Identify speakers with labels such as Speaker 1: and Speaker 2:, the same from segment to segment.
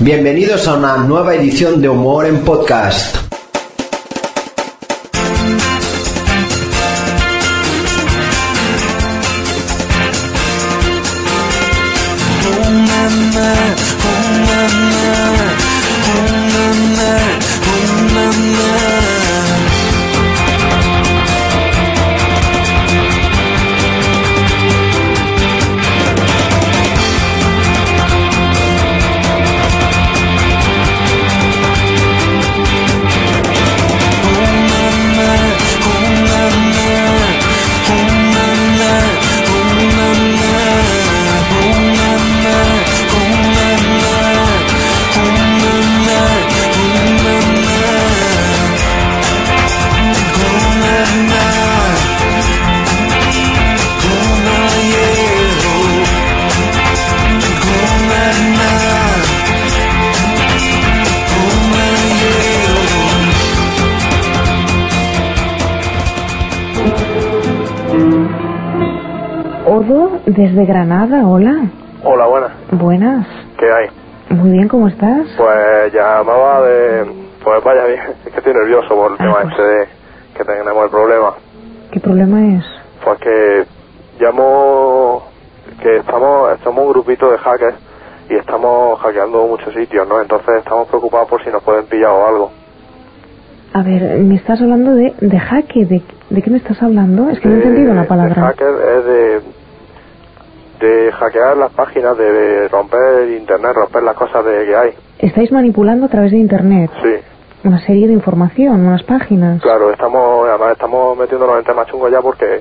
Speaker 1: Bienvenidos a una nueva edición de Humor en Podcast.
Speaker 2: Odo, desde Granada, hola.
Speaker 3: Hola, buenas.
Speaker 2: Buenas.
Speaker 3: ¿Qué hay?
Speaker 2: Muy bien, ¿cómo estás?
Speaker 3: Pues llamaba de... Pues vaya bien, es que estoy nervioso por el
Speaker 2: Ah,
Speaker 3: tema
Speaker 2: pues.
Speaker 3: este de que tenemos el problema.
Speaker 2: ¿Qué problema es?
Speaker 3: Pues que llamo... Que estamos, somos un grupito de hackers y estamos hackeando muchos sitios, ¿no? Entonces estamos preocupados por si nos pueden pillar o algo.
Speaker 2: A ver, me estás hablando de, de jaque, de, ¿de qué me estás hablando? Es que no he
Speaker 3: De-
Speaker 2: entendido la
Speaker 3: de
Speaker 2: palabra.
Speaker 3: hacker es de... De hackear las páginas, de romper internet, romper las cosas de que hay.
Speaker 2: Estáis manipulando a través de Internet
Speaker 3: Sí.
Speaker 2: una serie de información, unas páginas.
Speaker 3: Claro, estamos, además estamos metiéndonos en temas chungos ya porque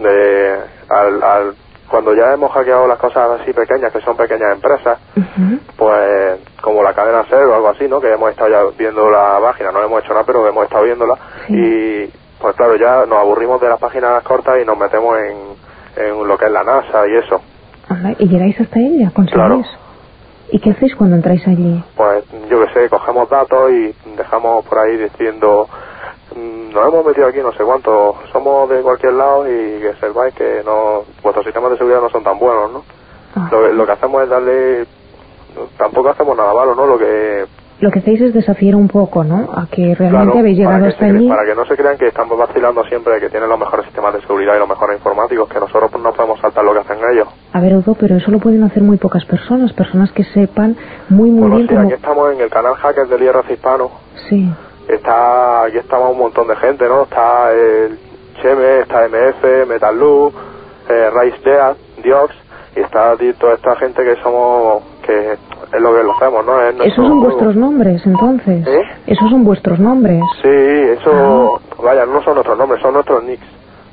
Speaker 3: eh, al, al- cuando ya hemos hackeado las cosas así pequeñas, que son pequeñas empresas,
Speaker 2: Ujú.
Speaker 3: pues como la cadena ser o algo así, ¿no? Que hemos estado ya viendo la página, no hemos hecho nada, pero hemos estado viéndola
Speaker 2: Sí.
Speaker 3: y pues claro, ya nos aburrimos de las páginas cortas y nos metemos en, en lo que es la NASA y eso.
Speaker 2: Anda, ¿Y llegáis hasta ella?
Speaker 3: Claro.
Speaker 2: ¿Conseguís? ¿Y qué hacéis cuando entráis allí?
Speaker 3: pues yo que sé, cogemos datos y dejamos por ahí diciendo mm, nos hemos metido aquí no sé cuánto, somos de cualquier lado y que sepáis que no, vuestros sistemas de seguridad no son tan buenos, ¿no?
Speaker 2: Ah.
Speaker 3: Lo, que- lo que hacemos es darle, tampoco hacemos nada malo, ¿no? Lo que,
Speaker 2: Lo que hacéis es desafiar un poco, ¿no? A que realmente
Speaker 3: claro,
Speaker 2: habéis llegado
Speaker 3: para que, se
Speaker 2: hasta
Speaker 3: cre-
Speaker 2: allí.
Speaker 3: para que no se crean que estamos vacilando siempre, que tienen los mejores sistemas de seguridad y los mejores informáticos, que nosotros pues, no podemos saltar lo que hacen ellos.
Speaker 2: A ver, Odo, pero eso lo pueden hacer muy pocas personas, personas que sepan muy, muy
Speaker 3: Bueno,
Speaker 2: bien
Speaker 3: sí,
Speaker 2: cómo...
Speaker 3: aquí estamos en el canal Hackers del IRC Hispano,
Speaker 2: Sí.
Speaker 3: está aquí estaba un montón de gente no está el Cheme está MF Metal Loop eh, Rice Dea, Diox y está di- toda esta gente que somos que es lo que lo hacemos no es nuestro
Speaker 2: Esos son
Speaker 3: juego.
Speaker 2: vuestros nombres, entonces.
Speaker 3: ¿Eh?
Speaker 2: Esos son vuestros nombres.
Speaker 3: sí eso vaya no son nuestros nombres son nuestros nicks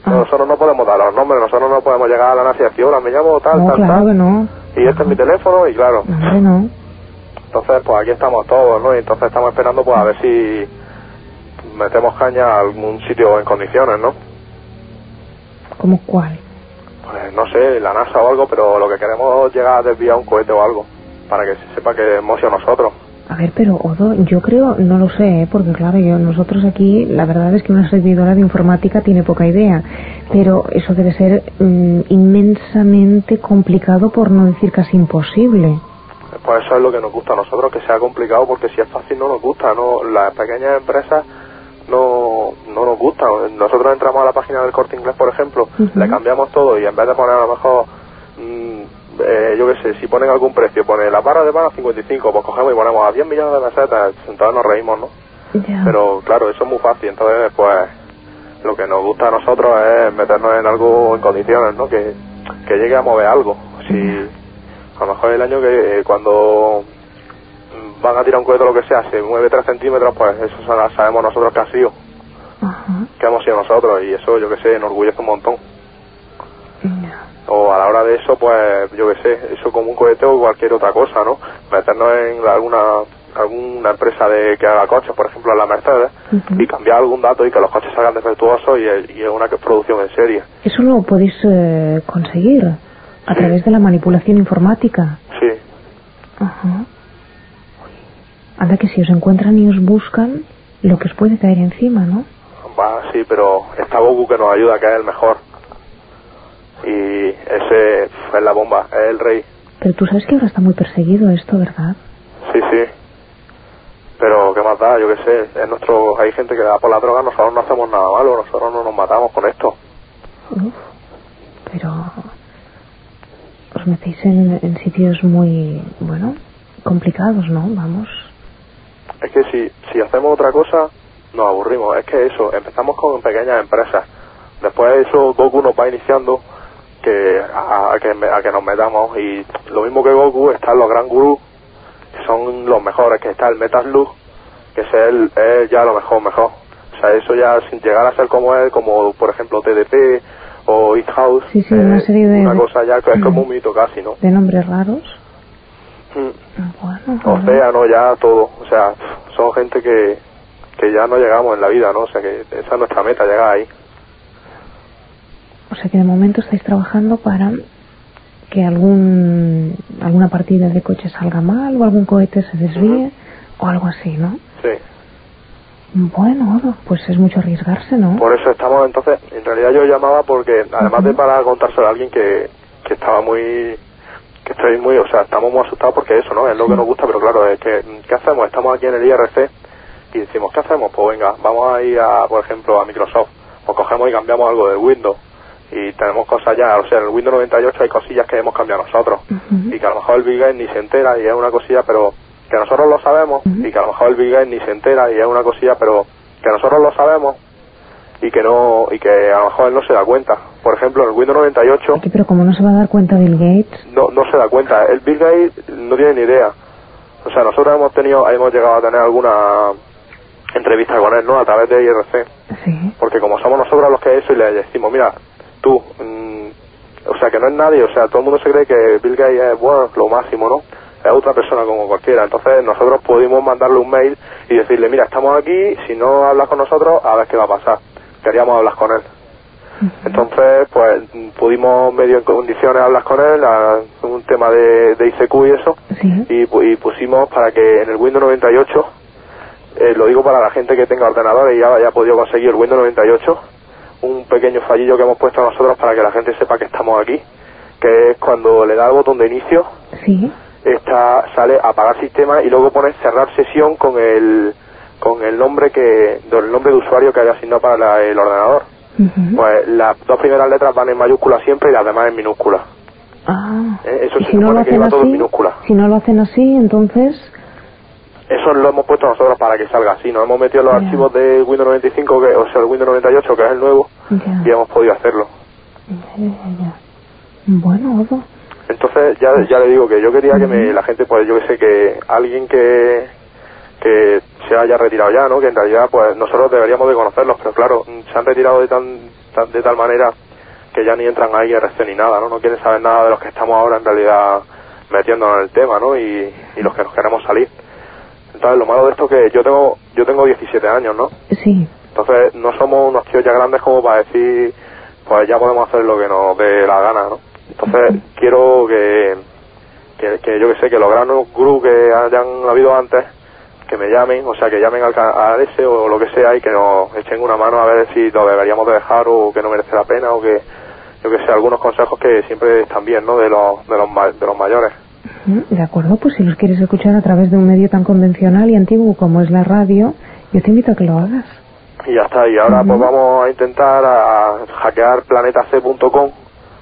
Speaker 2: Ah.
Speaker 3: nosotros no podemos dar los nombres nosotros no podemos llegar a la nación y decir hola me llamo tal
Speaker 2: no,
Speaker 3: tal
Speaker 2: claro que
Speaker 3: tal
Speaker 2: no.
Speaker 3: y este es mi teléfono y claro
Speaker 2: No, hombre, no.
Speaker 3: Entonces, pues aquí estamos todos, ¿no? Y entonces estamos esperando, pues a ver si metemos caña a algún sitio en condiciones, ¿no?
Speaker 2: ¿Cómo cuál?
Speaker 3: Pues no sé, la NASA o algo, pero lo que queremos es llegar a desviar un cohete o algo, para que se sepa que hemos sido nosotros.
Speaker 2: A ver, pero Odo, yo creo, no lo sé, ¿eh? porque claro, yo, nosotros aquí, la verdad es que una servidora de informática tiene poca idea, pero eso debe ser mm, inmensamente complicado, por no decir casi imposible.
Speaker 3: Pues eso es lo que nos gusta a nosotros, que sea complicado, porque si es fácil no nos gusta, ¿no? Las pequeñas empresas no, no nos gustan. Nosotros entramos a la página del corte inglés, por ejemplo,
Speaker 2: Ujú.
Speaker 3: le cambiamos todo y en vez de poner a lo mejor, mm, eh, yo qué sé, si ponen algún precio, pone la barra de pan a 55, pues cogemos y ponemos a 10 millones de pesetas, entonces nos reímos, ¿no?
Speaker 2: Ya.
Speaker 3: Pero claro, eso es muy fácil, entonces pues lo que nos gusta a nosotros es meternos en algo en condiciones, ¿no? Que, que llegue a mover algo. Si
Speaker 4: ¿Eh?
Speaker 3: a lo mejor el año que eh, cuando van a tirar un cohete o lo que sea, se mueve 3 centímetros, pues eso sa- sabemos nosotros que ha sido,
Speaker 2: Ajá.
Speaker 3: que hemos sido nosotros y eso yo que sé, enorgullece un montón.
Speaker 2: Ya.
Speaker 3: O a la hora de eso, pues yo que sé, eso como un cohete o cualquier otra cosa, ¿no? Meternos en alguna alguna empresa de que haga coches, por ejemplo la Mercedes,
Speaker 2: Ujú.
Speaker 3: y cambiar algún dato y que los coches salgan defectuosos y, es- y es una que- producción en serie.
Speaker 2: Eso lo podéis eh, conseguir a
Speaker 3: Sí.
Speaker 2: través de la manipulación informática.
Speaker 3: Sí,
Speaker 2: Ajá. Anda que si os encuentran y os buscan, lo que os puede caer encima, ¿no?
Speaker 3: va, sí, pero está Goku que nos ayuda, que es el mejor. Y ese es la bomba, es el rey.
Speaker 2: Pero tú sabes que ahora está muy perseguido esto, ¿verdad?
Speaker 3: Sí, sí. Pero qué más da, yo qué sé. Es nuestro, hay gente que da por la droga, nosotros no hacemos nada malo, nosotros no nos matamos con esto.
Speaker 2: Uf, pero os metéis en, en sitios muy, bueno, complicados, ¿no? Vamos.
Speaker 3: Es que si, si hacemos otra cosa, nos aburrimos. Es que eso, empezamos con pequeñas empresas. Después de eso, Goku nos va iniciando que a, a que, me- a que nos metamos. Y lo mismo que Goku, están los gran gurús, que son los mejores, que está el Metal Luz, que es, el, es ya lo mejor, mejor. O sea, eso ya sin llegar a ser como él, como por ejemplo TDT o It House.
Speaker 2: Sí, sí, una serie
Speaker 3: Eh,
Speaker 2: de- Mm.
Speaker 3: una
Speaker 2: de-
Speaker 3: cosa ya que es como un mito casi, ¿no?
Speaker 2: De nombres raros.
Speaker 3: Mm.
Speaker 2: Bueno.
Speaker 3: O sea, no, ya todo. O sea, son gente que, que ya no llegamos en la vida, ¿no? O sea, que esa es nuestra meta, llegar ahí.
Speaker 2: O sea que de momento estáis trabajando para que algún alguna partida de coche salga mal o algún cohete se desvíe o algo así, ¿no?
Speaker 3: Sí.
Speaker 2: Bueno, Odo, pues es mucho arriesgarse, ¿no?
Speaker 3: Por eso estamos, entonces, en realidad yo llamaba porque, además de para contárselo a alguien que, que estaba muy, que estoy muy, o sea, estamos muy asustados porque eso, ¿no? Es lo que nos gusta, pero claro, es que, ¿qué hacemos? Estamos aquí en el IRC y decimos, ¿qué hacemos? Pues venga, vamos a ir a, por ejemplo, a Microsoft, pues cogemos y cambiamos algo de Windows y tenemos cosas ya, o sea, en el Windows 98 hay cosillas que hemos cambiado nosotros
Speaker 2: Ujú.
Speaker 3: y que a lo mejor el Big Game ni se entera y es una cosilla, pero que nosotros lo sabemos
Speaker 2: Ujú.
Speaker 3: y que a lo mejor el Big Game ni se entera y es una cosilla, pero que nosotros lo sabemos y que no y que a lo mejor él no se da cuenta. Por ejemplo, en el Windows 98
Speaker 2: Aquí, pero como no se va a dar cuenta Bill Gates,
Speaker 3: no, no se da cuenta. El Big Game no tiene ni idea. O sea, nosotros hemos tenido hemos llegado a tener alguna entrevista con él, ¿no? A través de IRC
Speaker 2: sí.
Speaker 3: porque como somos nosotros los que eso y le decimos, mira, tú, mm, o sea, que no es nadie, o sea, todo el mundo se cree que Bill Gates es bueno, lo máximo, ¿no? Es otra persona como cualquiera. Entonces nosotros pudimos mandarle un mail y decirle, mira, estamos aquí, si no hablas con nosotros, a ver qué va a pasar. Queríamos hablar con él. Entonces, pues mm, pudimos medio en condiciones hablar con él, a un tema de, de ICQ y eso
Speaker 2: Sí.
Speaker 3: y, pu- y pusimos para que en el Windows 98, eh, lo digo para la gente que tenga ordenadores y ya haya podido conseguir el Windows 98, un pequeño fallillo que hemos puesto nosotros para que la gente sepa que estamos aquí, que es cuando le da el botón de inicio,
Speaker 2: Sí.
Speaker 3: está, sale apagar sistema y luego pone cerrar sesión con el con el nombre que del nombre de usuario que haya asignado para la- el ordenador.
Speaker 2: Ujú.
Speaker 3: Pues las dos primeras letras van en mayúscula siempre y las demás en minúscula.
Speaker 2: Ah.
Speaker 3: Eh, eso
Speaker 2: Y
Speaker 3: se supone que iba todo en
Speaker 2: así,
Speaker 3: minúscula.
Speaker 2: si no lo hacen así, entonces
Speaker 3: Eso lo hemos puesto nosotros para que salga así. Nos hemos metido en los
Speaker 2: Ya.
Speaker 3: archivos de Windows 95, que, o sea, el Windows 98, que es el nuevo,
Speaker 2: ya.
Speaker 3: y hemos podido hacerlo.
Speaker 2: Ya, ya, ya. Bueno, Odo.
Speaker 3: Entonces, ya,
Speaker 2: Pues
Speaker 3: ya le digo que yo quería que me- la gente, pues yo que sé, que alguien que, que se haya retirado ya, ¿no? Que en realidad, pues nosotros deberíamos de conocerlos, pero claro, mm, se han retirado de, tan, tan- de tal manera que ya ni entran a IRC ni nada, ¿no? No quieren saber nada de los que estamos ahora en realidad metiéndonos en el tema, ¿no? Y, y los que nos queremos salir. Entonces, lo malo de esto es que yo tengo, yo tengo 17 años, ¿no?
Speaker 2: Sí.
Speaker 3: Entonces, no somos unos tíos ya grandes como para decir, pues ya podemos hacer lo que nos dé la gana, ¿no? Entonces, quiero que, que, que yo que sé, que los granos gurú que hayan habido antes, que me llamen, o sea, que llamen al, ca- al ese o lo que sea y que nos echen una mano a ver si lo deberíamos de dejar o que no merece la pena o que, yo que sé, algunos consejos que siempre están bien, ¿no? De los, de los, ma- de los mayores.
Speaker 2: Ujú, De acuerdo, pues si los quieres escuchar a través de un medio tan convencional y antiguo como es la radio, yo te invito a que lo hagas.
Speaker 3: Y ya está, y ahora pues vamos a intentar a hackear planetac.com,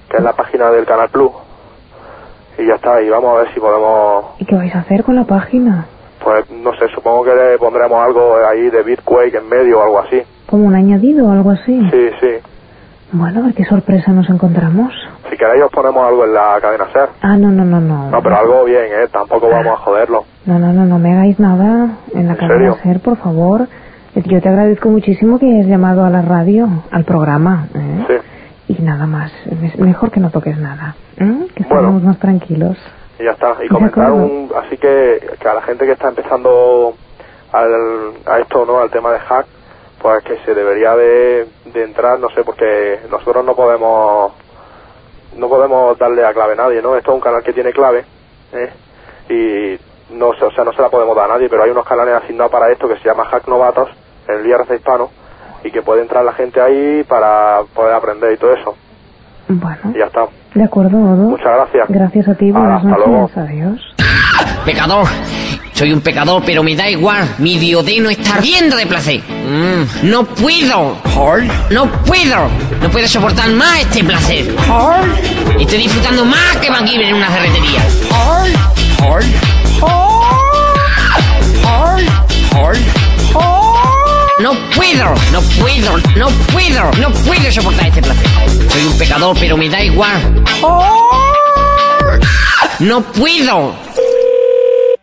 Speaker 3: que es la página del Canal Plus. Y ya está, y vamos a ver si podemos,
Speaker 2: ¿Y qué vais a hacer con la página?
Speaker 3: pues no sé, supongo que le pondremos algo ahí de Bitquake en medio o algo así.
Speaker 2: ¿Como un añadido o algo así?
Speaker 3: Sí, sí.
Speaker 2: Bueno, a ver qué sorpresa nos encontramos.
Speaker 3: Si queréis os ponemos algo en la cadena SER.
Speaker 2: Ah, no, no, no, no.
Speaker 3: No, pero algo bien, ¿eh? Tampoco vamos a joderlo.
Speaker 2: No, no, no, no me hagáis nada en la
Speaker 3: ¿En
Speaker 2: cadena
Speaker 3: serio?
Speaker 2: SER, por favor. Yo te agradezco muchísimo que hayas llamado a la radio, al programa. ¿eh?
Speaker 3: Sí.
Speaker 2: Y nada más. Me- Mejor que no toques nada. ¿eh? Que
Speaker 3: Bueno.
Speaker 2: estemos más tranquilos.
Speaker 3: Y ya está. Y
Speaker 2: De
Speaker 3: comentar
Speaker 2: acuerdo.
Speaker 3: un, así que, que a la gente que está empezando al, a esto, ¿no? Al tema de hack, pues que se debería de, de entrar, no sé, porque nosotros no podemos, no podemos darle a clave a nadie, ¿no? Esto es un canal que tiene clave, ¿eh? Y no sé, o sea, no se la podemos dar a nadie, pero hay unos canales asignados para esto que se llama Hack Novatos, en el IRC hispano, y que puede entrar la gente ahí para poder aprender y todo eso.
Speaker 2: Bueno.
Speaker 3: Y ya está.
Speaker 2: De acuerdo, Odo.
Speaker 3: Muchas gracias.
Speaker 2: Gracias a ti.
Speaker 3: Ahora,
Speaker 2: Buenas
Speaker 3: hasta
Speaker 2: noches.
Speaker 3: luego.
Speaker 2: Adiós.
Speaker 5: pecador. Soy un pecador, pero me da igual. Mi diodeno está ardiendo de placer. Mm, no puedo. No puedo. No puedo soportar más este placer. Estoy disfrutando más que Van Giver en una ferretería. No puedo, no puedo, no puedo, no puedo soportar este placer. Soy un pecador, pero me da igual. No puedo.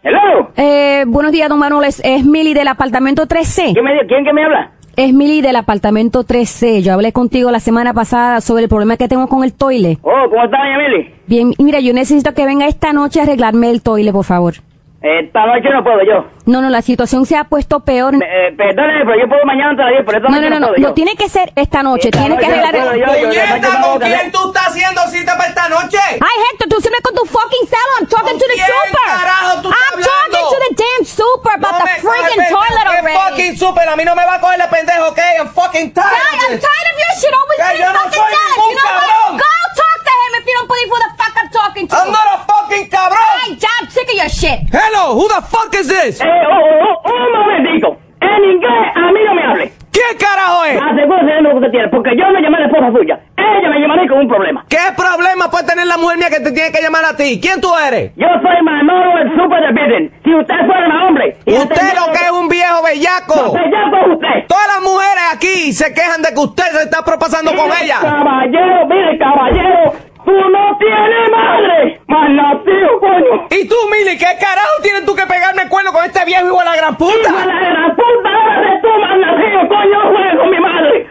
Speaker 6: Hello.
Speaker 7: Eh, buenos días, don Manuel. Es, es Mili del apartamento 3C.
Speaker 6: ¿Quién, me, ¿Quién que me habla?
Speaker 7: Es Mili del apartamento 3C. Yo hablé contigo la semana pasada sobre el problema que tengo con el toile.
Speaker 6: Oh, ¿cómo está, doña Mili?
Speaker 7: Bien, y mira, yo necesito que venga esta noche a arreglarme el toile, por favor.
Speaker 6: Esta noche no puedo yo.
Speaker 7: No, no, la situación se ha puesto peor.
Speaker 6: Me- Eh, perdóneme, pero yo puedo mañana antes de las 10, pero esta
Speaker 7: No,
Speaker 6: noche
Speaker 7: no, no, no,
Speaker 6: puedo yo.
Speaker 7: no tiene que ser esta noche.
Speaker 6: Esta
Speaker 7: Tiene que
Speaker 6: noche no
Speaker 7: arreglar
Speaker 6: puedo
Speaker 7: el...
Speaker 6: yo, yo, yo, yo,
Speaker 8: ¡Puñeta,
Speaker 6: yo,
Speaker 8: con
Speaker 6: yo, yo,
Speaker 8: quién tú estás haciendo cita para esta noche!
Speaker 7: Ay, Héctor, tú siempre con tu fucking cell I'm talking
Speaker 8: ¿Con
Speaker 7: to the
Speaker 8: quién
Speaker 7: super.
Speaker 8: carajo tú
Speaker 7: I'm
Speaker 8: estás
Speaker 7: talking
Speaker 8: hablando?
Speaker 7: to the damn super about
Speaker 8: No me
Speaker 7: the
Speaker 8: cojas
Speaker 7: freaking
Speaker 8: pendejo,
Speaker 7: toilet
Speaker 8: que
Speaker 7: already.
Speaker 8: fucking super! A mí no me va a coger el pendejo, ¿ok? I'm fucking tired
Speaker 7: Guy,
Speaker 8: of
Speaker 7: I'm
Speaker 8: this.
Speaker 7: tired of your shit always
Speaker 8: Que
Speaker 7: being
Speaker 8: yo no
Speaker 7: fucking
Speaker 8: soy
Speaker 7: jealous.
Speaker 8: ningún
Speaker 7: You know
Speaker 8: cabrón.
Speaker 7: what? Go talk to him if you don't believe who the fuck I'm talking to.
Speaker 8: I'm not a fucking
Speaker 7: Hey,
Speaker 8: cabrón!
Speaker 7: John, I'm sick of your shit.
Speaker 8: Hello, who the fuck is this?
Speaker 6: Eh, oh, oh, oh, un momentito. En inglés, a mí no me hable. Ah,
Speaker 8: ¿Quién carajo es?
Speaker 6: Asegúrese de lo que usted tiene, porque yo no llamé a la esposa suya. Ella me llamará con un problema.
Speaker 8: ¿Qué problema puede tener la mujer mía que te tiene que llamar a ti? ¿Quién tú eres?
Speaker 6: Yo soy Manolo el super de Biden. Si usted fuera un hombre... y
Speaker 8: Usted lo que es un viejo bellaco.
Speaker 6: Se llama usted.
Speaker 8: Todas las mujeres aquí se quejan de que usted se está propasando con
Speaker 6: Mire,
Speaker 8: ella.
Speaker 6: Caballero, mire, caballero, tú no tienes madre. Malnacido, coño.
Speaker 8: ¿Y tú, Mili, qué carajo tienes tú que pegarme el cuerno con este viejo hijo de la gran
Speaker 6: Hijo
Speaker 8: puta?
Speaker 6: de la gran puta, ahora de tú, malnacido, coño, juego con mi madre.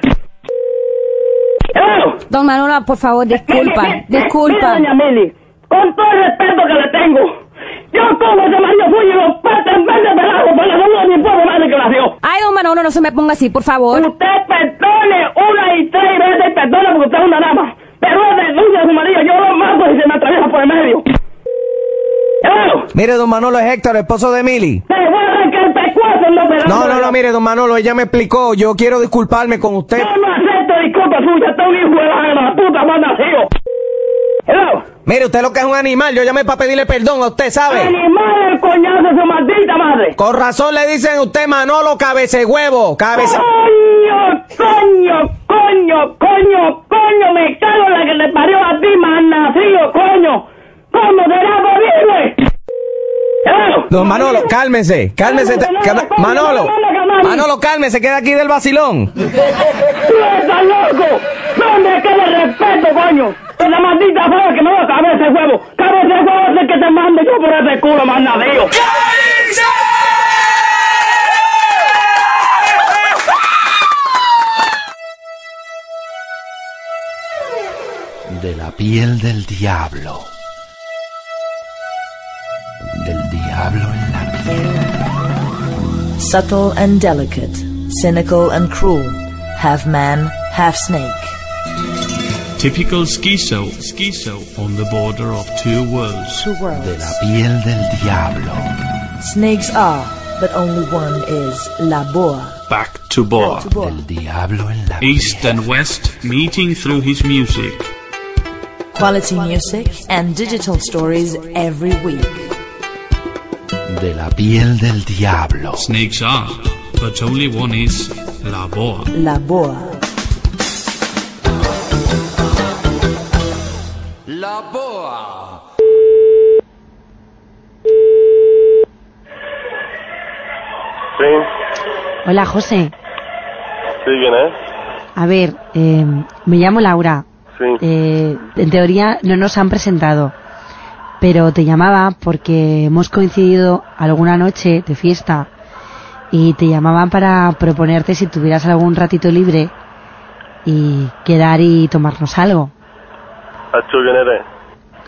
Speaker 6: Hello. Eh,
Speaker 7: Don Manuela, por favor, disculpa,
Speaker 6: Mire, mire, mire,
Speaker 7: disculpa.
Speaker 6: doña Mili, con todo el respeto que le tengo, yo como ese marido suyo y lo pato en vez de pelado por la duda de mi pobre madre que la dio.
Speaker 7: Ay, don Manolo, no se me ponga así, por favor.
Speaker 6: Usted perdone una y tres veces, perdone porque usted es una dama. Pero es denuncia de su marido, yo lo mato y se me atraviesa por el medio. Hello.
Speaker 8: Mire, don Manolo es Héctor, esposo de Mili.
Speaker 6: Te voy a arrancar el pecuazo, no pelado.
Speaker 8: No, no, no, mire, don Manolo, ella me explicó. Yo quiero disculparme con usted.
Speaker 6: Yo no acepto disculpas suyas, está un hijo de la gran puta mal nacido. Hello.
Speaker 8: Mire, usted lo que es un animal. Yo llamé para pedirle perdón a usted, ¿sabe?
Speaker 6: Animal el coñazo de su maldita madre.
Speaker 8: Con razón le dicen a usted Manolo cabece huevo. Cabece...
Speaker 6: Coño, coño, coño, coño, coño, me cago en la que te parió a ti, nacido, coño. ¿Cómo será posible? Hello.
Speaker 8: Don Manolo, cálmese, cálmese. te- calma- Manolo, Manolo, cálmese, queda aquí del vacilón.
Speaker 6: ¡Tú estás loco! ¿Dónde queda el respeto, coño? Es la maldita fea que me va a caber ese huevo. Cabe ese huevo es el que te mande yo por ese culo, más nacido.
Speaker 1: De la piel del diablo. Del diablo ¿eh? en la
Speaker 9: subtle and delicate, cynical and cruel, half man, half snake.
Speaker 10: Typical schizo, schizo on the border of two worlds.
Speaker 9: Two
Speaker 1: de la
Speaker 9: worlds.
Speaker 1: piel del diablo.
Speaker 9: Snakes are, but only one is La Boa.
Speaker 10: Back to Boa.
Speaker 9: to Boa.
Speaker 1: Del diablo en la
Speaker 10: East
Speaker 1: piel.
Speaker 10: and West meeting through his music.
Speaker 9: Quality music and digital stories every week.
Speaker 1: De la piel del diablo.
Speaker 10: Snakes are, but only one is La Boa.
Speaker 9: La Boa.
Speaker 3: Sí,
Speaker 11: Hola, José.
Speaker 3: sí, ¿quién es?
Speaker 11: A ver, eh, me llamo Laura.
Speaker 3: Sí.
Speaker 11: Eh, en teoría no nos han presentado, pero te llamaba porque hemos coincidido alguna noche de fiesta y te llamaba para proponerte si tuvieras algún ratito libre y quedar y tomarnos algo.
Speaker 3: Hacho, ¿quién eres?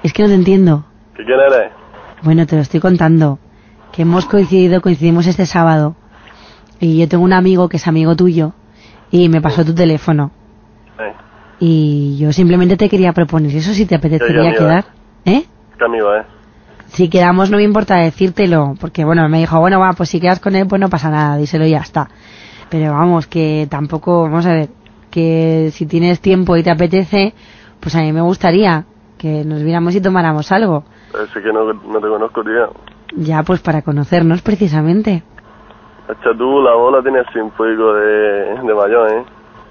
Speaker 11: Es que no te entiendo.
Speaker 3: ¿Que ¿Quién eres?
Speaker 11: Bueno, te lo estoy contando. Que hemos coincidido, coincidimos este sábado. Y yo tengo un amigo que es amigo tuyo. Y me pasó tu teléfono.
Speaker 3: Eh,
Speaker 11: Y yo simplemente te quería proponer eso si te apetecería
Speaker 3: mira.
Speaker 11: quedar. ¿Eh?
Speaker 3: ¿Qué amigo es?
Speaker 11: Si quedamos no me importa decírtelo. Porque bueno, me dijo, bueno, va, pues si quedas con él, pues no pasa nada. Díselo y ya está. Pero vamos, que tampoco, vamos a ver, que si tienes tiempo y te apetece, pues a mí me gustaría que nos viéramos y tomáramos algo.
Speaker 3: Parece que no, no te conozco, tío.
Speaker 11: Ya, pues para conocernos precisamente.
Speaker 4: Hacha, tú la bola tienes sin fuego de, de mayor, ¿eh?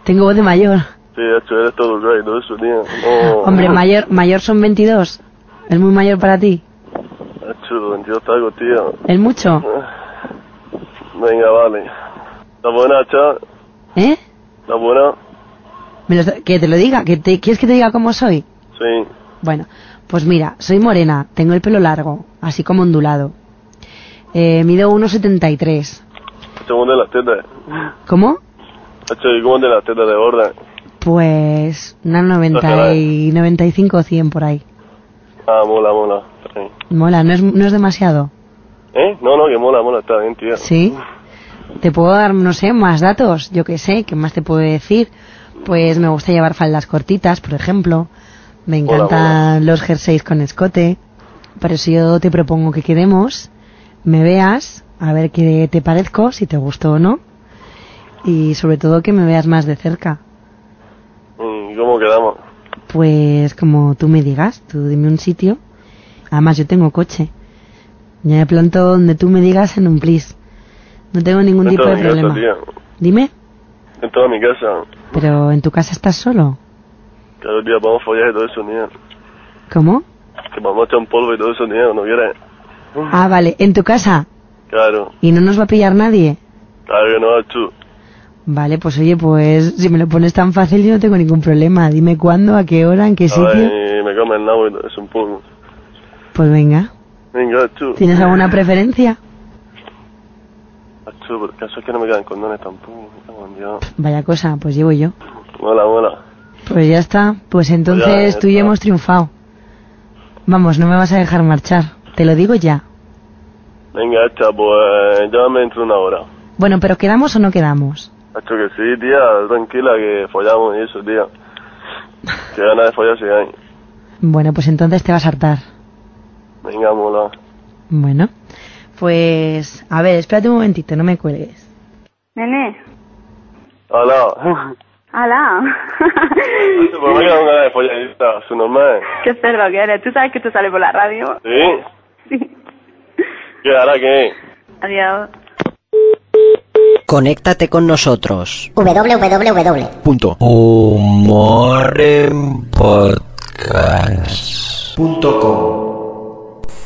Speaker 11: Tengo voz de mayor.
Speaker 4: Sí, hacho, eres todo el rey, todo eso, tío. No.
Speaker 11: Hombre, mayor, mayor son 22. Es muy mayor para ti.
Speaker 4: Hacho, 22 tacos, tío. Ah.
Speaker 11: ¿Es mucho?
Speaker 4: Venga, vale. ¿Está buena, hacha?
Speaker 11: ¿Eh?
Speaker 4: ¿Está buena?
Speaker 11: Me lo está- que te lo diga, que te, ¿quieres que te diga cómo soy?
Speaker 4: Sí.
Speaker 11: Bueno, pues mira, soy morena, tengo el pelo largo, así como ondulado. Eh, mido 1,73.
Speaker 4: Hacha, ¿cómo te las tetas?
Speaker 11: ¿Cómo?
Speaker 4: Hacho, ¿y cómo te las tetas de gorda?
Speaker 11: Pues una 90 y 95 o 100 por ahí.
Speaker 4: Ah, mola, mola. Está bien.
Speaker 11: Mola, no es, no es demasiado.
Speaker 4: ¿Eh? No, no, que mola, mola, está bien, tío.
Speaker 11: ¿Sí? Te puedo dar, no sé, más datos, yo qué sé, ¿qué más te puedo decir? Pues me gusta llevar faldas cortitas, por ejemplo. Me
Speaker 4: Mola,
Speaker 11: encantan los jerseys con escote. Por eso yo te propongo que quedemos, me veas, a ver qué te parezco, si te gustó o no. Y sobre todo que me veas más de cerca.
Speaker 4: Mm, ¿Y cómo quedamos?
Speaker 11: Pues como tú me digas, tú dime un sitio. Además, yo tengo coche. Ya me planto donde tú me digas en un plis. No tengo ningún
Speaker 4: en
Speaker 11: tipo
Speaker 4: toda
Speaker 11: de
Speaker 4: mi casa,
Speaker 11: problema.
Speaker 4: tío.
Speaker 11: Dime,
Speaker 4: En toda mi casa.
Speaker 11: pero en tu casa estás solo.
Speaker 4: Claro, tío, vamos a follar y todo eso, tío.
Speaker 11: ¿Cómo?
Speaker 4: Que vamos a echar un polvo y todo eso, tío, ¿no quieres?
Speaker 11: Ah, vale, en tu casa.
Speaker 4: Claro,
Speaker 11: Y no nos va a pillar nadie.
Speaker 4: claro que no, tú.
Speaker 11: Vale, pues oye, pues si me lo pones tan fácil yo no tengo ningún problema. Dime cuándo, a qué hora, en qué
Speaker 4: A
Speaker 11: sitio.
Speaker 4: ver, y me come el nabo y todo eso, un polvo.
Speaker 11: Pues venga.
Speaker 4: Venga, tú.
Speaker 11: ¿Tienes alguna preferencia?
Speaker 4: Achú, pero el caso es que no me quedan condones tampoco. me cago en Dios.
Speaker 11: Vaya cosa, pues llevo yo.
Speaker 4: Mola, mola.
Speaker 11: Pues ya está, pues entonces
Speaker 4: ya
Speaker 11: tú y yo
Speaker 4: está.
Speaker 11: hemos triunfado. Vamos, no me vas a dejar marchar, te lo digo ya.
Speaker 4: Venga, hacha, pues llámame dentro de una hora.
Speaker 11: Bueno, pero ¿quedamos o no quedamos?
Speaker 4: Hacho que sí, tía, tranquila, que follamos y eso, tía. Que ganas de follar si hay.
Speaker 11: Bueno, pues entonces te vas a hartar.
Speaker 4: Venga, mola.
Speaker 11: Bueno, pues a ver, espérate un momentito, no me cuelgues.
Speaker 12: Nene,
Speaker 4: Hola.
Speaker 12: ala.
Speaker 4: Hacho, pues me quedan ganas de follar y está, su normal.
Speaker 12: Qué cerdo que eres. ¿Tú sabes que tú sales por la radio?
Speaker 4: ¿Sí? ¿Qué hará qué?
Speaker 12: Adiós.
Speaker 13: Conéctate con nosotros.
Speaker 14: www.
Speaker 13: Punto.
Speaker 15: Humor en podcast.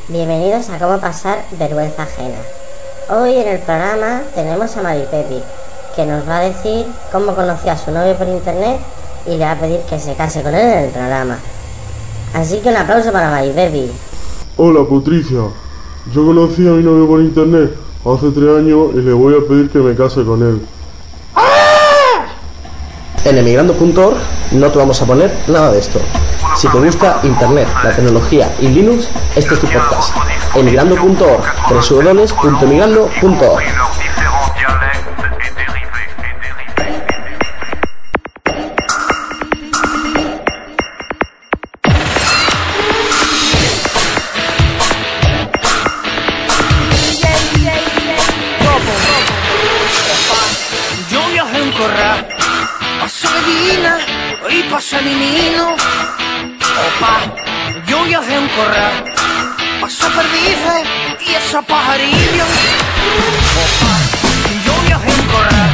Speaker 14: Bienvenidos a Cómo Pasar Vergüenza Ajena. Hoy en el programa tenemos a Maripepi, que nos va a decir cómo conoció a su novio por internet y le va a pedir que se case con él en el programa. Así que un aplauso para Maripepi.
Speaker 16: Hola Patricia, yo conocí a mi novio por internet hace tres años y le voy a pedir que me case con él.
Speaker 17: En emigrando.org no te vamos a poner nada de esto. Si te gusta Internet, la tecnología y Linux, este es tu podcast. Emigrando.org, www.emigrando.org.
Speaker 18: Yo viajé en corral, pasa divina y pasa menino. Opa, yo viajé en corral, pasa perdices y esa pajarillo. Opa, yo viajé en corral,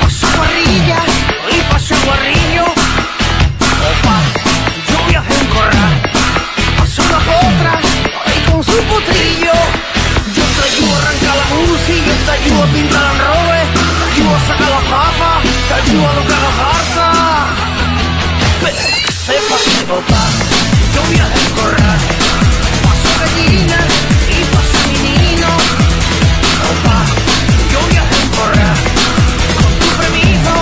Speaker 18: pasa parrilla y pasa guarrillo. Opa, yo viajé en corral, pasa una potra y con su potrillo. Yo te ayudo a arrancar la UCI, yo te ayudo a pintar en robe, te ayudo a sacar las papas, te ayudo a no cagar harta. Pero que sepas que papá, yo voy a recorrer, paso gallina y paso menino. Papá, yo voy a recorrer, con tu permiso,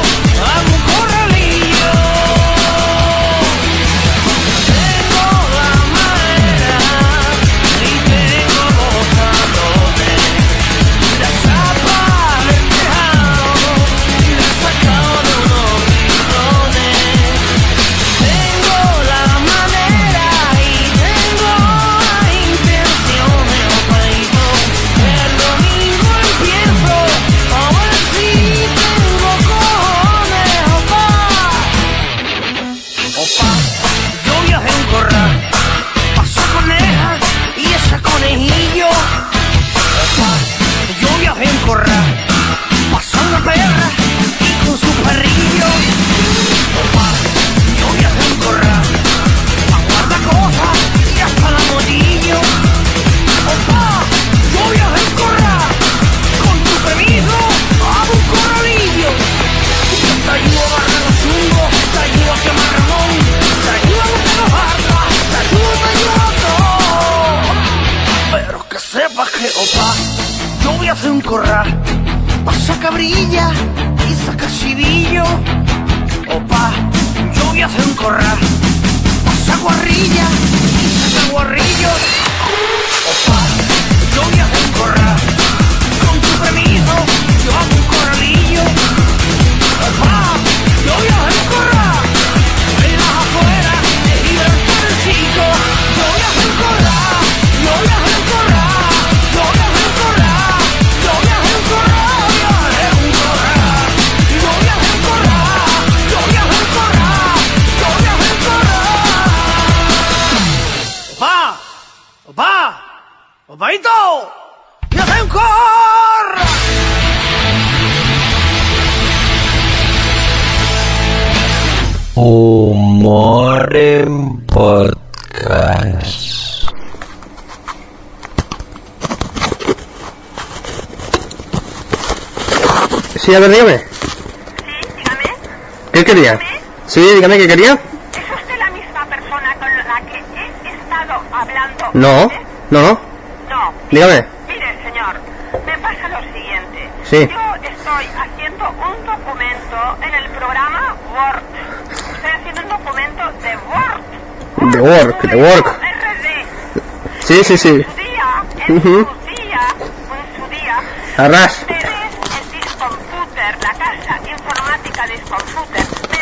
Speaker 18: hago un corralillo. Tengo la manera y tengo los talones. La tapa del tejado y la he sacado de unos rincones. Tengo la manera. papá, yo voy a hacer un corral. Pasa cabrilla y saca chivillo. Opa, yo voy a hacer un corral. Pasa guarrilla y saca guarrillo. Opa, yo voy a hacer un corral. Con tu permiso, yo hago un corralillo. Opa, yo voy a hacer un corral. En las afueras de Gibraltar chico, yo voy a hacer un corral. Yo voy a hacer un corral. Yo voy a hacer un corral. Yo voy a hacer un corral. Yo voy a hacer un corral. Yo voy a hacer un corral. Yo voy a hacer un corral. Yo voy a hacer un corral. Opa, opa, opaito. Voy a hacer un corral.
Speaker 15: Humor en podcast.
Speaker 13: Sí, a ver, dígame. Sí, dígame. ¿Qué quería? Sí, dígame, ¿qué quería? No, no, no.
Speaker 19: No.
Speaker 13: Dígame.
Speaker 19: Mire, señor, me pasa lo siguiente.
Speaker 13: Sí.
Speaker 19: Yo estoy haciendo un documento en el programa Word. Estoy haciendo un documento de Word.
Speaker 13: The work, the work. Sí, sí, sí. Ujú. Arras.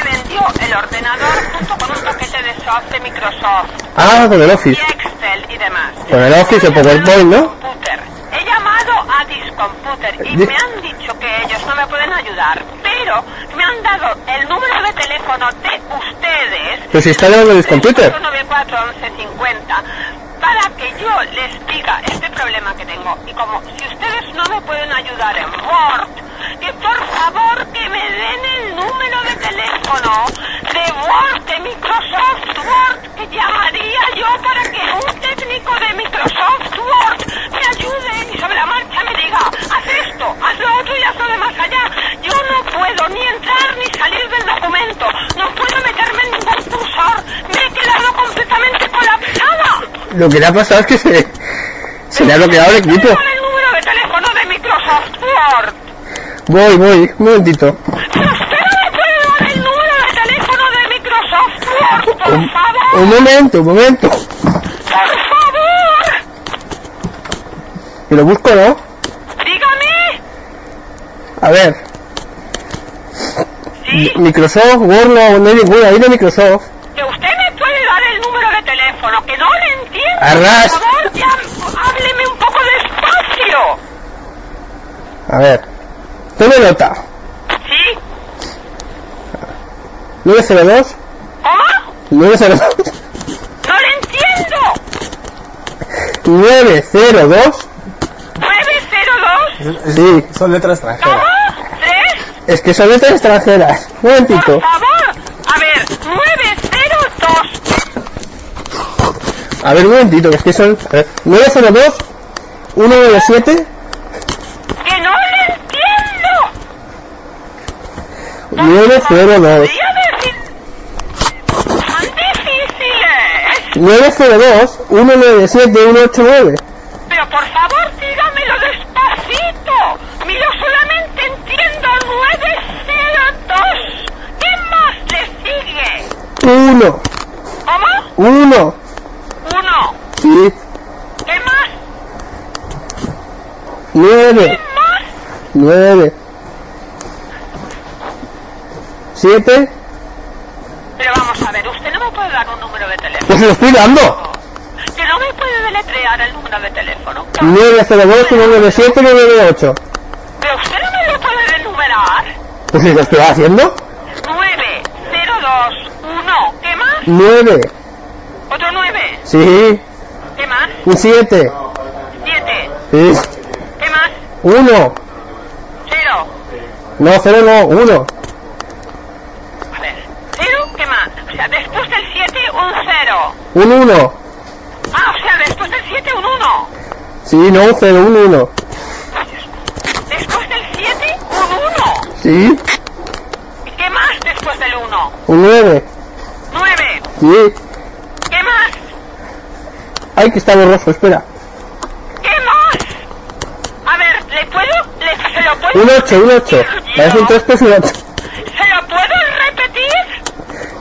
Speaker 19: Vendió el ordenador junto con un paquete de soft de Microsoft.
Speaker 13: Ah, con el Office.
Speaker 19: Y Excel y demás.
Speaker 13: Con el Office o PowerPoint, ¿no?
Speaker 19: He llamado a Discomputer y
Speaker 13: Di-
Speaker 19: me han dicho que ellos no me pueden ayudar, pero me han dado el número de teléfono de ustedes.
Speaker 13: Pero Pues si está llamando Discomputer.
Speaker 19: 941150 para que yo les diga este problema que tengo. Y como si ustedes no me pueden ayudar en Word, que por favor que me den el número de teléfono de Word, de Microsoft Word, que llamaría yo para que un técnico de Microsoft Word me ayude y sobre la marcha me diga, haz esto, haz lo otro y haz lo de más allá. Yo no puedo ni entrar ni salir del documento, no puedo meterme en ningún cursor, me he quedado completamente colapsada.
Speaker 13: Lo que le ha pasado es que se, se le ha bloqueado el equipo.
Speaker 19: Dame el número de teléfono de Microsoft Word.
Speaker 13: Voy, voy, un momentito.
Speaker 19: El número de teléfono de Microsoft Word,
Speaker 13: Un,
Speaker 19: por favor.
Speaker 13: un momento, un momento.
Speaker 19: Por favor.
Speaker 13: Y lo busco, ¿no?
Speaker 19: Dígame.
Speaker 13: A ver. Microsoft, Word, no, no hay ninguna. Ahí de Microsoft.
Speaker 19: Que usted me puede dar el número de teléfono, que no le entiendo.
Speaker 13: Arras.
Speaker 19: Por favor, ya, hábleme un poco despacio.
Speaker 13: A ver. Tome nota.
Speaker 19: ¿Sí?
Speaker 13: 902.
Speaker 19: ¿Cómo?
Speaker 13: 902.
Speaker 19: No le entiendo.
Speaker 13: 902.
Speaker 19: 902.
Speaker 13: Sí. Son letras extranjeras. Es que son letras extranjeras. Un momentito.
Speaker 19: Por favor. A ver, 902.
Speaker 13: A ver, un momentito, que es que son... a ver, 902. 197.
Speaker 19: Que no le entiendo.
Speaker 13: 902.
Speaker 19: Podría decir... Son difíciles.
Speaker 13: 902. 197. 189.
Speaker 19: Pero por favor, dígamelo despacito. Mira, solamente entiendo 902. ¿Qué más le sigue?
Speaker 13: 1.
Speaker 19: ¿Cómo?
Speaker 13: 1.
Speaker 19: Uno.
Speaker 13: Sí.
Speaker 19: ¿Qué más?
Speaker 13: 9. 9. 7.
Speaker 19: Pero vamos a ver, usted no me puede dar un número de teléfono.
Speaker 13: Pues se lo estoy dando.
Speaker 19: Que no me puede deletrear el número de teléfono.
Speaker 13: 902. 197. 198.
Speaker 19: Pero usted no me lo puede denumerar.
Speaker 13: Pues si lo estoy haciendo.
Speaker 19: 9021. ¿Qué más?
Speaker 13: 9.
Speaker 19: Otro 9.
Speaker 13: Sí.
Speaker 19: ¿Qué más?
Speaker 13: Un 7.
Speaker 19: 7.
Speaker 13: Sí.
Speaker 19: ¿Qué más?
Speaker 13: 1.
Speaker 19: 0.
Speaker 13: No, 0 no. 1.
Speaker 19: A ver, ¿cero? ¿Qué más? O sea, después del 7, un 0.
Speaker 13: Un 1.
Speaker 19: Ah, o sea, después del 7, un 1.
Speaker 13: Sí, no, un 0. Un 1.
Speaker 19: Después del 7, un 1.
Speaker 13: Sí.
Speaker 19: ¿Y qué más después del 1?
Speaker 13: Un 9.
Speaker 19: 9.
Speaker 13: Sí.
Speaker 19: ¿Qué más?
Speaker 13: Ay, que está borroso. Espera.
Speaker 19: ¿Qué más?
Speaker 13: Un 8, un 8. Parece un 3, pero es un 8.
Speaker 19: ¿Se lo puedo repetir?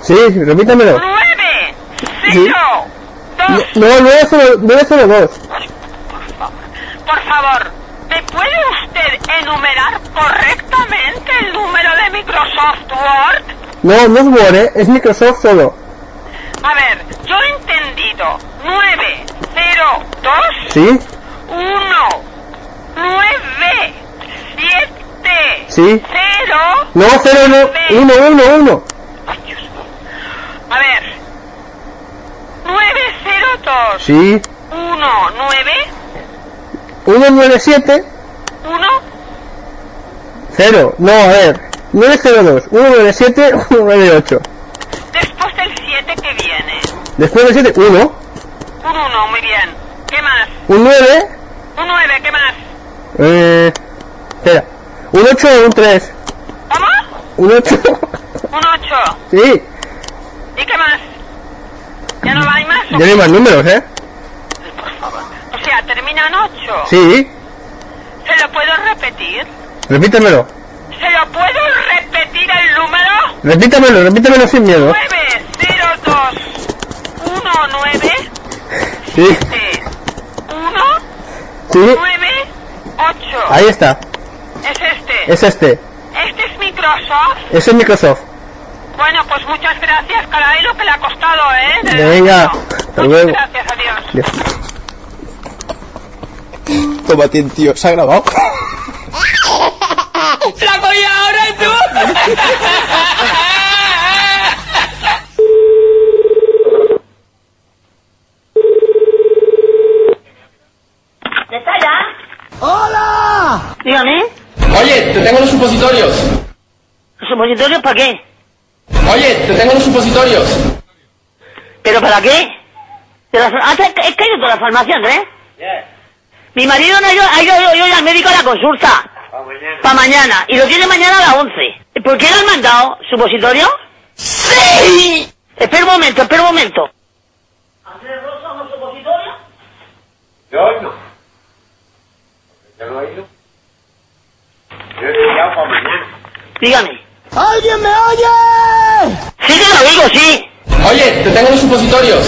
Speaker 13: Sí, repítamelo.
Speaker 19: ¡Nueve!
Speaker 13: Sí.
Speaker 19: ¡Cero!
Speaker 13: No, 9, 0, 9, 0, 2.
Speaker 19: Por favor, ¿me puede usted enumerar correctamente el número de Microsoft Word?
Speaker 13: No, no es Word, ¿eh? es Microsoft solo.
Speaker 19: A ver, yo he entendido. 9, 0, 2,
Speaker 13: ¿Sí?
Speaker 19: 1, 9, 7,
Speaker 13: ¿Sí?
Speaker 19: 0.
Speaker 13: No, 0, 1, 1, 1, 1.
Speaker 19: A ver, 9, 0, 2,
Speaker 13: Sí.
Speaker 19: 1, 9,
Speaker 13: 1, 9, 7,
Speaker 19: 1,
Speaker 13: 0. No, a ver. 9, 0, 2. 1, 9, 7, 1, 9, 8.
Speaker 19: después del 7 que viene.
Speaker 13: Después del 7, 1.
Speaker 19: Un 1, muy bien. ¿Qué más?
Speaker 13: Un 9,
Speaker 19: Un 9, ¿qué más?
Speaker 13: eh. Espera. Un 8, un 3.
Speaker 19: ¿Cómo?
Speaker 13: Un 8.
Speaker 19: Un 8.
Speaker 13: Sí.
Speaker 19: ¿Y qué más? ¿Ya no hay más?
Speaker 13: Ya no hay más números, ¿eh?
Speaker 19: O sea, termina en 8.
Speaker 13: Sí.
Speaker 19: ¿Se lo puedo repetir?
Speaker 13: Repítamelo.
Speaker 19: ¿Se lo puedo repetir el número? Eh,
Speaker 13: Repítamelo, repítamelo sin miedo.
Speaker 19: 9, 0, 2, 1, 9,
Speaker 13: Sí.
Speaker 19: Eh, 1,
Speaker 13: Sí.
Speaker 19: 9, 8.
Speaker 13: Ahí está.
Speaker 19: Es este.
Speaker 13: Es este.
Speaker 19: Este es Microsoft.
Speaker 13: Ese es Microsoft.
Speaker 19: Bueno, pues muchas gracias, caray, lo que le ha costado, ¿eh? De-
Speaker 13: Venga. Hasta luego.
Speaker 19: Gracias, adiós.
Speaker 15: Toma, tío. ¿Se ha grabado?
Speaker 18: ¡La voy ahora y tú!
Speaker 6: ¡Hola! Dígame.
Speaker 20: Oye, te tengo los supositorios.
Speaker 6: ¿Los supositorios para qué?
Speaker 20: Oye, te tengo los supositorios.
Speaker 6: ¿Pero para qué? ¿Te las... ah, ¿te- ¿Es que yo de la farmacia, Andrés? ¿eh? Mi marido no ha ido, ha ido, ha ido al médico a la consulta. Para mañana. Y lo tiene mañana a las 11. ¿Por qué le han mandado supositorio? ¡Sí! Espera un momento, espera un momento.
Speaker 21: Yo no. Yo no he ido. Yo he pillado para mañana.
Speaker 6: Dígame. ¡Alguien me oye! Sí, te lo digo, sí.
Speaker 20: Oye, te tengo los supositorios.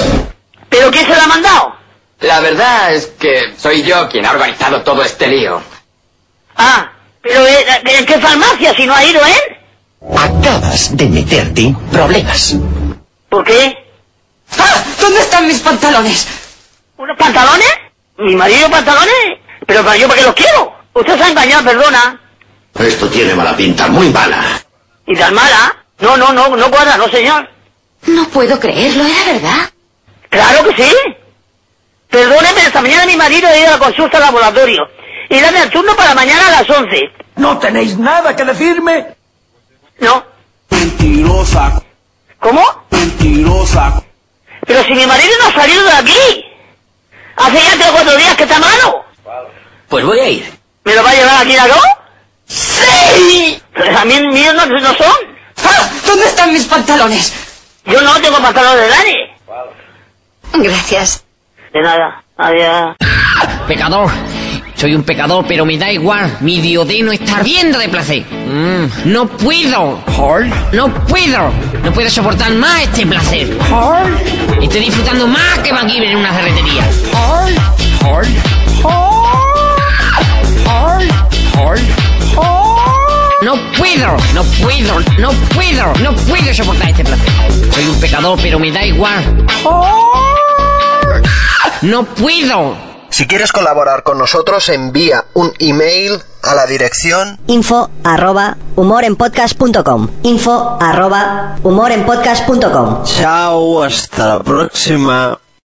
Speaker 6: ¿Pero quién se lo ha mandado?
Speaker 20: La verdad es que soy yo quien ha organizado todo este lío.
Speaker 6: Ah, pero eh, ¿en qué farmacia si no ha ido él?
Speaker 15: Acabas de meterte en problemas.
Speaker 6: ¿Por qué? ¡Ah! ¿Dónde están mis pantalones? ¿Unos pantalones? ¿Mi marido pantalones? Pero para yo, ¿para qué los quiero? Usted se ha engañado, perdona.
Speaker 15: Esto tiene mala pinta, muy mala.
Speaker 6: ¿Y tan mala? No, no, no, no cuadra, no señor. No puedo creerlo, ¿era verdad? Claro que sí. Perdóneme, esta mañana mi marido ha ido a la consulta al laboratorio. Y dame el turno para mañana a las 11. ¿No tenéis nada que decirme? No. Mentirosa. ¿Cómo? Mentirosa. Pero si mi marido no ha salido de aquí. Hace ya tres o cuatro días que está malo.
Speaker 20: Pues voy a ir.
Speaker 6: ¿Me lo va a llevar aquí la ¡Sí! Pero a mí míos no, no son. ¿Dónde están mis pantalones? Yo no tengo pantalones de nadie.
Speaker 5: Gracias.
Speaker 6: De nada. Adiós.
Speaker 5: Pecador. Soy un pecador, pero me da igual. Mi diodeno está ardiendo de placer. Mm, no puedo. No puedo. No puedo soportar más este placer. Estoy disfrutando más que Van Giver en una ferretería. No puedo, no puedo, no puedo, no puedo soportar este placer. Soy un pecador, pero me da igual. No puedo.
Speaker 1: Si quieres colaborar con nosotros, envía un email a la dirección
Speaker 22: Info arroba humorenpodcast.com. Info arroba humorenpodcast.com.
Speaker 15: Chao, hasta la próxima.